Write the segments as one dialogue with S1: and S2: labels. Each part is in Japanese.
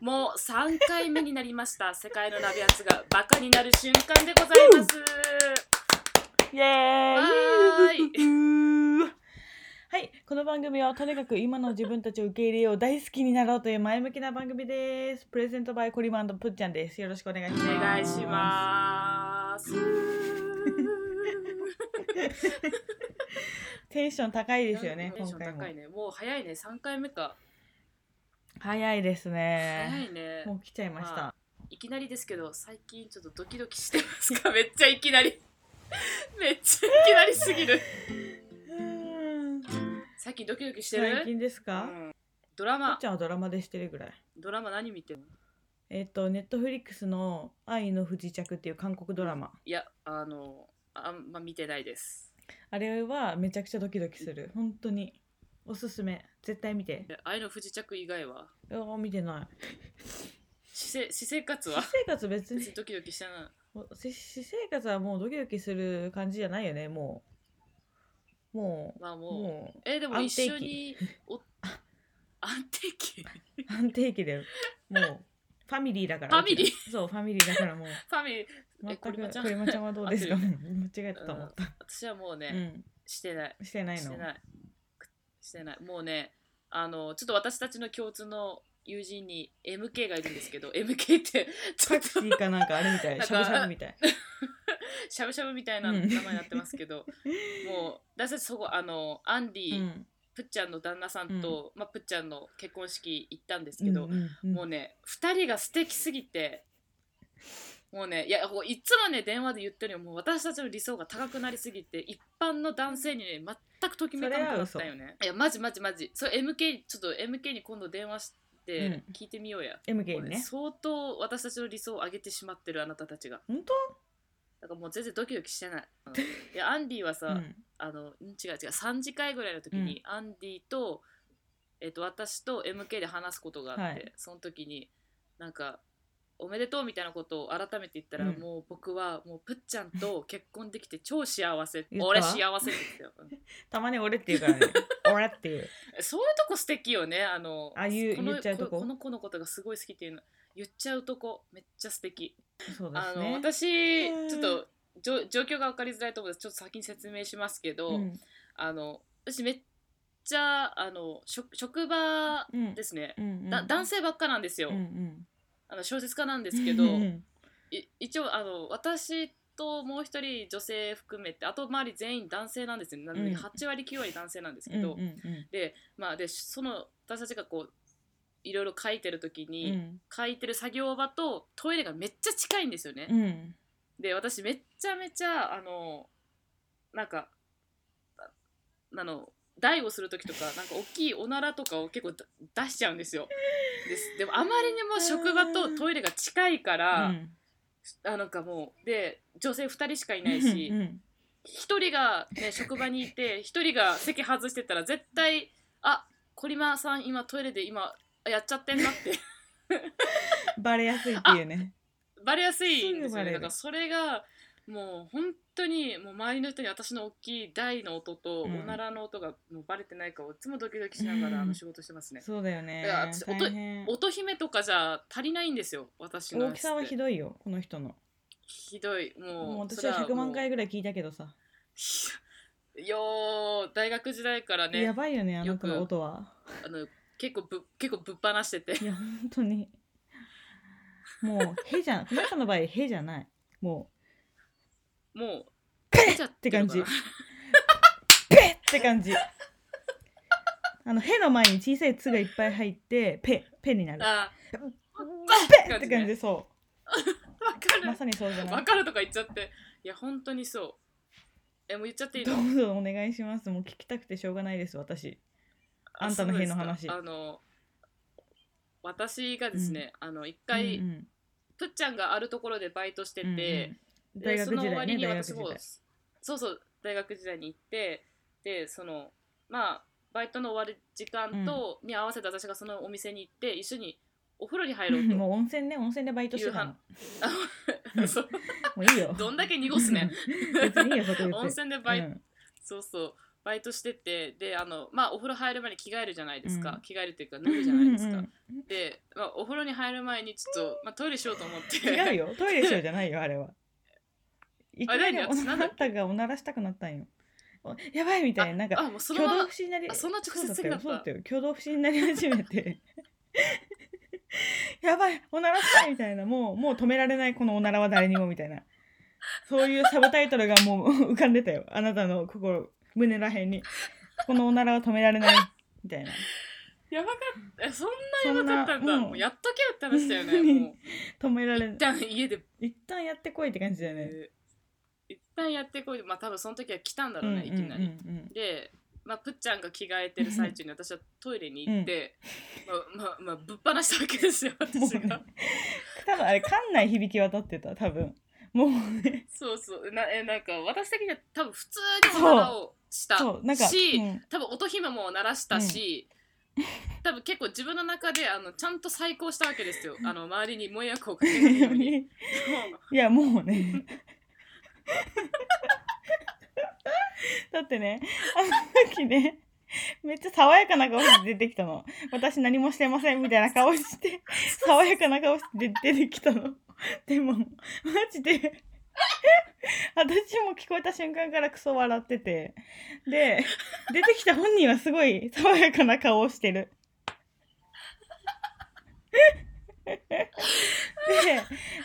S1: もう3回目になりました。世界のラビアツがバカになる瞬間でございます。
S2: イエーイ
S1: はーい
S2: はい、この番組はとにかく今の自分たちを受け入れよう大好きになろうという前向きな番組です。プレゼントバイコリマンとプッちゃんです。よろしくお願いし
S1: お
S2: ます。
S1: 願いします。
S2: す。テンション高い ですよね、
S1: テン
S2: 今
S1: ション
S2: 回も
S1: 高。いね。もう早いね。3回目か。
S2: 早いです
S1: 早
S2: ね。
S1: いね。
S2: もう来ちゃいまし
S1: ま
S2: た。
S1: いきなりですけど、最近ちょっとドキドキしてますか。 めっちゃいきなり。めっちゃいきなりすぎる。
S2: うん
S1: 最近ドキドキしてる
S2: 最近ですか、
S1: うんドラ
S2: プッ
S1: マ
S2: ち、ゃんはドラマでしてるぐらい。
S1: ドラマ何見てるの
S2: えっ、と、ネットフリックスの愛の不時着っていう韓国ドラマ。
S1: いや、あの、あんま見てないです。
S2: あれはめちゃくちゃドキドキする。本当に。おすすめ。絶対見て
S1: い。や愛の不時着以外は
S2: うわ見てない。
S1: 私生私生活
S2: 私
S1: は
S2: 生活別に
S1: 別にドキドキしてな
S2: もうし私生活はもうドキドキする感じじゃないよねもうも
S1: いまあ
S2: う
S1: も
S2: も
S1: うえでも
S2: 安
S1: 一
S2: 定期
S1: 緒に お安定期フ
S2: う安定期だよもうファミリーだから
S1: ファミリー
S2: うちらそうファミリーだからもう
S1: ァミリーえ
S2: 全
S1: これま
S2: く
S1: ちゃん
S2: これまちゃんはどうですか
S1: 合っ
S2: 間
S1: て
S2: 違えたと思った
S1: 私はもうね、
S2: うん
S1: してない
S2: してない
S1: し
S2: の
S1: てないくしてないもうねあのちょっと私たちの共通の友人に MK がいるんですけど MK ってちょ
S2: タ
S1: っ
S2: ク
S1: と
S2: シーかなんかあれみたい
S1: なんか
S2: しゃぶしゃぶみたい
S1: しゃぶしゃぶみたいな
S2: うん
S1: 名前になってますけど、もう私たちそこあのアンディ、
S2: うん
S1: プッちゃんの旦那さんと、まあ、プッちゃんの結婚式行ったんですけど、
S2: うんうんうん
S1: もうね2人が素敵すぎてもうねいやこういつもね電話で言ってるよもう私たちの理想が高くなりすぎて一般の男性にね全くときめかなくなったよねいやマジマジマジそれ MK ちょっと MK に今度電話して
S2: う
S1: 聞いてみようや、も
S2: MK
S1: うね
S2: にね
S1: 相当私たちの理想を上げてしまってるあなたたちが
S2: 本
S1: だからもう全然ドキドキしてない、うんいやアンディはさ、
S2: 当うん
S1: あのん違う違う3次会ぐらいの時に、アンディと,、えっと私と MK で話すことがあって、
S2: はい
S1: その時になんか「おめでとう」みたいなことを改めて言ったら、
S2: うん
S1: もう僕はもうプッちゃん と結婚できて超幸せ
S2: 言った
S1: 俺幸せですようん
S2: たまに俺ってい うからね俺っていう
S1: そういうとこ素敵よねあの
S2: あ言う
S1: この
S2: 言っちゃうとこ
S1: この子のことがすごい好きっていうの言っちゃうとこめっちゃ素敵
S2: そうで
S1: あ
S2: す
S1: の、
S2: ね
S1: 私
S2: うん
S1: ちょっとじょ状況が分かりづらいと思うのでちょっと先に説明しますけど、
S2: うん
S1: あの私めっちゃあの職職場
S2: うん
S1: ですね、
S2: うん
S1: だ男
S2: 性
S1: 性ばっかなんですよ、
S2: うん
S1: あの小説家なんで
S2: です
S1: けどい一応あの私ともう一人女性含めてあと周り全員男性なんですよなの
S2: う
S1: で
S2: ん
S1: 8割9割男性なんですけど、でまあでその私たちがこういろいろ書いてる時に、書いてる作業場とトイレがめっちゃ近いんですよね、
S2: うん
S1: で私めっちゃめちゃあのなんかああの台をする時とかなんか大きいおならとかを結構だ出しちゃうんですよですでもあまりにも職場とトイレが近いから、
S2: うん
S1: あなんかもうで女性2人しかいないし
S2: うんうん
S1: 1人が、ね、職場にいて1人が席外してたら絶対あコリマさん今トイレで今やっちゃってんなって
S2: バレやすいっていうね。
S1: バレやすいんです
S2: す
S1: よ
S2: ぐバレ
S1: ね。
S2: る
S1: だからそれがもう本当にもう周りの人に私の大きい台の音とお
S2: うん
S1: ならの音がもうバレてないかをいつもドキドキしながらあ
S2: う
S1: の
S2: ん
S1: 仕事してますね。
S2: そうだよね
S1: だから私。
S2: 大変
S1: 音姫とかじゃ足りないんですよ私の
S2: 大きさはひ
S1: ど
S2: どいよこの人の。
S1: ひどいも
S2: も
S1: う
S2: う私は
S1: それ
S2: 100
S1: もう
S2: 万回ぐらい聞いたけどさ。
S1: いやよー大学時代から
S2: や
S1: ね
S2: ばいよねあの
S1: よ
S2: 子
S1: く
S2: の音は。
S1: あの結構ぶ結構ぶっ放してて
S2: いや本当に。もう「へ」じゃんこの 人の場合「へ」じゃない。も
S1: もう出ちゃっ
S2: うって感じ。
S1: る
S2: ペ
S1: かな
S2: ッって感じ。あの「へ」の前に小さい「つ」がいっぱい入って「ペ」「ペ」になる。
S1: あ
S2: ペッって感じそ
S1: わか
S2: う。ま
S1: る
S2: さにそうじゃな
S1: わ
S2: い。
S1: かるとか言っちゃっていや本当にそうえもう言っちゃっていいの
S2: どうぞお願いします。もう聞きたくてしょうがないです私。あんたの
S1: そうですか
S2: 部屋の話
S1: あの私がですね、あの一回、
S2: うんうん
S1: ぷっちゃんがあるところでバイトしてて、
S2: うんうん
S1: で
S2: 大学
S1: そ
S2: 時
S1: の
S2: 代
S1: 割
S2: ね
S1: に
S2: 大
S1: 私
S2: 学時
S1: も
S2: 代
S1: そうそう大学時代に行ってでそのまあバイトの終わる時間と、に合わせて私がそのお店に行って一緒にお風呂に入ろうと
S2: もう温泉ね温泉でバイトしてたのもう ん
S1: そう
S2: ういい よ
S1: どんだけ濁すね
S2: 別にいいよそこ言って
S1: 温泉でバイト、
S2: うん
S1: そうそうバイトしててであの、まあ、お風呂入る前に着替えるじゃないですか、
S2: うん
S1: 着替えるっていうか脱ぐじゃないですか、
S2: うん
S1: で、まあ、お風呂に入る前にちょっと、まあ、トイレしようと思って
S2: 違うよトイレしようじゃないよあれはいきなり
S1: 何
S2: おな
S1: なんだ
S2: あんたがおならしたくなったんよおやばいみたいななん か
S1: あもうそ
S2: 挙
S1: のま
S2: 動
S1: ま
S2: 不審になり
S1: あそんな直接的だった
S2: そうだったよそうだったよ挙動不審になり始めて やばいおならしたいみたいなもうもう止められないこのおならは誰にもみたいなそういうサブタイトルがもう 浮かんでたよあなたの心胸らへんにこのおならは止められないみたいな
S1: やばかったえそん
S2: そ
S1: なや
S2: ん
S1: ばかったんだ
S2: うん
S1: もうやっとけよって話だよね
S2: うん
S1: もう
S2: 止められ
S1: 一旦家で、
S2: 一旦やってこいって感じだよね、
S1: 一旦やってこいまあ多分その時は来たんだろうね、いきなり、
S2: うんうんうんうん
S1: で、まあ、ぷっちゃんが着替えてる最中 に私はトイレに行って、まあまあまあ、ぶっ放したわけ ですよ私
S2: もうね
S1: が、
S2: 多分あれ館内響き渡ってた多分もうね
S1: そうそうなえなんか私的には多分普通におならをした
S2: そうなんか、
S1: し、
S2: うん
S1: 多分乙姫も鳴らしたし、多分結構自分の中であのちゃんと再考したわけですよあの周りに迷惑をかけないよう にそう
S2: いやもうねだってねあの時ねめっちゃ爽やかな顔して出てきたの私何もしてませんみたいな顔して爽やかな顔して出てきたのでもマジで私も聞こえた瞬間からクソ笑っててで出てきた本人はすごい爽やかな顔をしてる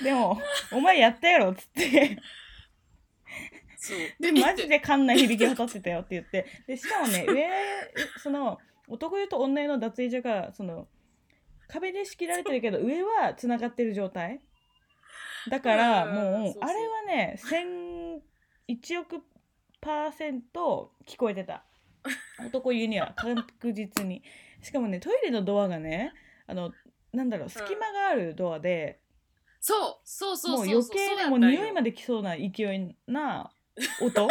S2: ででも「お前やったやろ」っ つって
S1: そう
S2: でマジで館内響き渡ってたよって言ってでしかもね上その男湯と女湯の脱衣所がその壁で仕切られてるけど上はつながってる状態だから
S1: うん
S2: も
S1: そう
S2: う
S1: そう
S2: あれはね1000 1億パーセント聞こえてた男 湯には確実にしかもねトイレのドアがねあのなんだろう隙間があるドアで、
S1: そうそうそう
S2: もう
S1: そう
S2: 余
S1: そう
S2: 計
S1: そう
S2: な
S1: や
S2: もう
S1: ったんよ
S2: 匂いまで来そうな勢いな音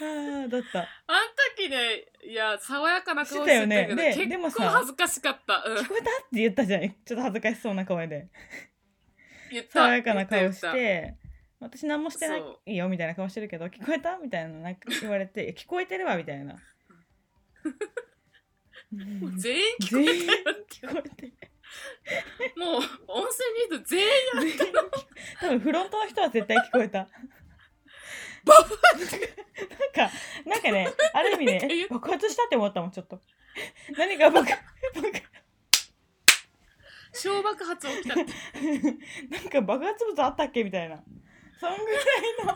S2: あーだった
S1: あん時ねいや爽やかな顔して
S2: して
S1: た
S2: たよ
S1: け
S2: ね
S1: ど、
S2: ででも
S1: 結
S2: さ
S1: 構恥ずかしかった、うん
S2: 聞こえたって言ったじゃんちょっと恥ずかしそうな声で
S1: 言った
S2: 爽やかな
S1: 言
S2: 顔
S1: っ
S2: したて私何もしてな
S1: そう
S2: いよみたいな顔してるけど聞こえたみたいななんか言われていや聞こえてるわみた いなうん
S1: もう全員聞こえたよ
S2: 聞こえて
S1: もう温泉にいると全員
S2: 多分フロントの人は絶対聞こえた。なんか、なん かね、ある意味
S1: なんか言
S2: ね
S1: う、
S2: 爆発したって思ったもん、ちょっと。 何か爆、 爆
S1: 小爆発起き たって
S2: なんか爆発物あったっけみたいな。そんぐらい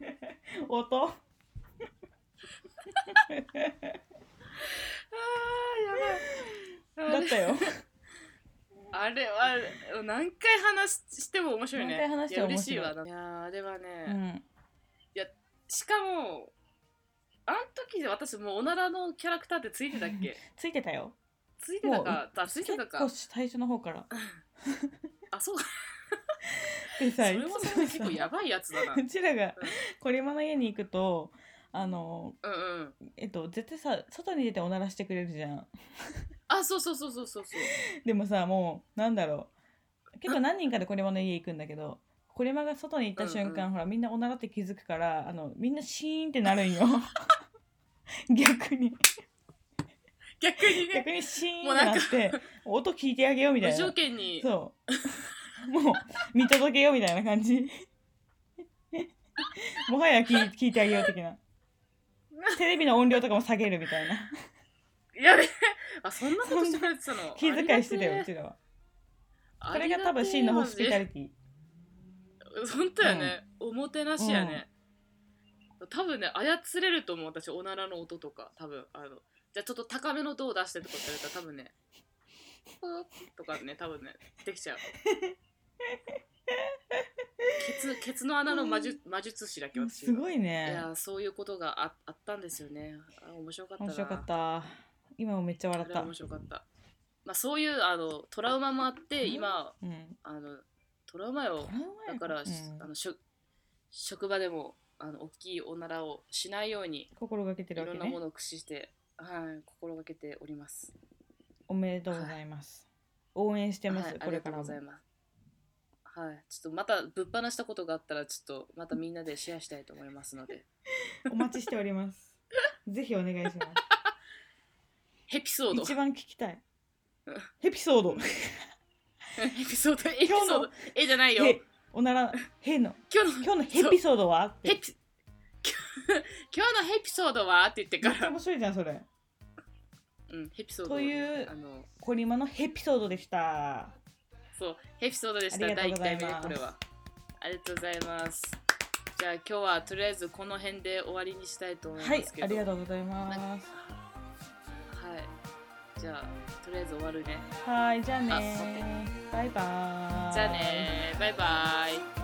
S2: の音。
S1: あーやばい
S2: だっ たよ。
S1: あれは何回話しても面白いね。
S2: 何回話しても面
S1: い
S2: 白い
S1: や嬉しいわ。いやーあれはね、
S2: うん。
S1: しかもあの時で私もうおならのキャラクターってついてたっ け？
S2: ついてたよ。
S1: ついてたか、あついて
S2: 結
S1: たか
S2: 構。最初の方から。
S1: あ そうか。
S2: でさ
S1: それもそれで結構
S2: いつも
S1: やばいやつだな。
S2: さうちらがコリマの家に行くと、あの、
S1: うんうん。
S2: えっと、絶対さ外に出ておならしてくれるじゃん
S1: あそうそうそうそうそうそう。
S2: でもさもうなんだろう結構何人かでコリマの家行くんだけどコリマが外に行った瞬間、
S1: うんう
S2: ほらみんなおならって気づくからあのみんなシーンってなるんよ 逆に
S1: 逆にね
S2: 逆にシーン
S1: もう
S2: って
S1: なん
S2: な
S1: か
S2: って音聞いてあげよう みた
S1: 無
S2: い
S1: 条
S2: な
S1: 件に
S2: そうもう見届けようみたいな感 じもはや聞い聞いてあげよう的なテレビの音量とかも下げるみたいな
S1: やべえ。あそんなことしてくれてたの。
S2: 気遣いしてたよ
S1: ありがて
S2: う
S1: え
S2: ちらはこれが多分シーンのホスピタリティ
S1: 本当やね、おもてなしやね、多分ね操れると思う私おならの音とか多分あのじゃあちょっと高めの音を出してとかって言われたら多分ね「ぷーとかね多分ねできちゃうケツケツの穴の魔術魔術師だっけ私
S2: すごい
S1: い
S2: ね
S1: やーそういうことがああったんですよねあ面白かったな
S2: 面白かった今もめっちゃ笑
S1: あ
S2: っ
S1: れは
S2: た
S1: 面白かった、まあ、そういうあのトラウマもあって今
S2: うん
S1: あのトラウマよ
S2: これは
S1: だから、
S2: うん
S1: あのし ょ職場でもあの大きいおならをしないように
S2: 心がけて
S1: い
S2: るわ
S1: ろ
S2: け
S1: んなも
S2: ね
S1: のを駆使して、はい、心がけております。
S2: おめでとうございます応援してます
S1: はい、
S2: これか
S1: ありがとう
S2: ら
S1: ご
S2: も
S1: ざいます。はい、ちょっとまたぶっ放したことがあったらちょっとまたみんなでシェアしたいと思いますの で
S2: お待ちしております。 ぜひお願いしま
S1: エピソードエ
S2: す。一番聞きたい。エピソード。
S1: ピソードエピソー
S2: 今日
S1: ドえじゃないよ
S2: へ、おなら、への、
S1: 今日の
S2: 今日のエピソードはって
S1: ヘピ 今日のエピソードはって言って
S2: め
S1: か
S2: っちゃ
S1: ら
S2: 面白いじゃん、それ。
S1: うんエピソードを
S2: という
S1: あの
S2: コリマのエピソードでした。
S1: そうエピソードでした
S2: ありがと
S1: 第1
S2: うござ
S1: 回目でこ
S2: います
S1: れはありがとうございますじゃあ今日はとりあえずこの辺で終わりにしたいと思いま
S2: はい
S1: すけ、ど
S2: ありが
S1: と
S2: とうござ
S1: は
S2: いま
S1: い
S2: す。
S1: じゃあとりあえず終わるね
S2: はい、じゃあ
S1: あ
S2: ねー。バイバーイ。
S1: じゃあねーバイバイ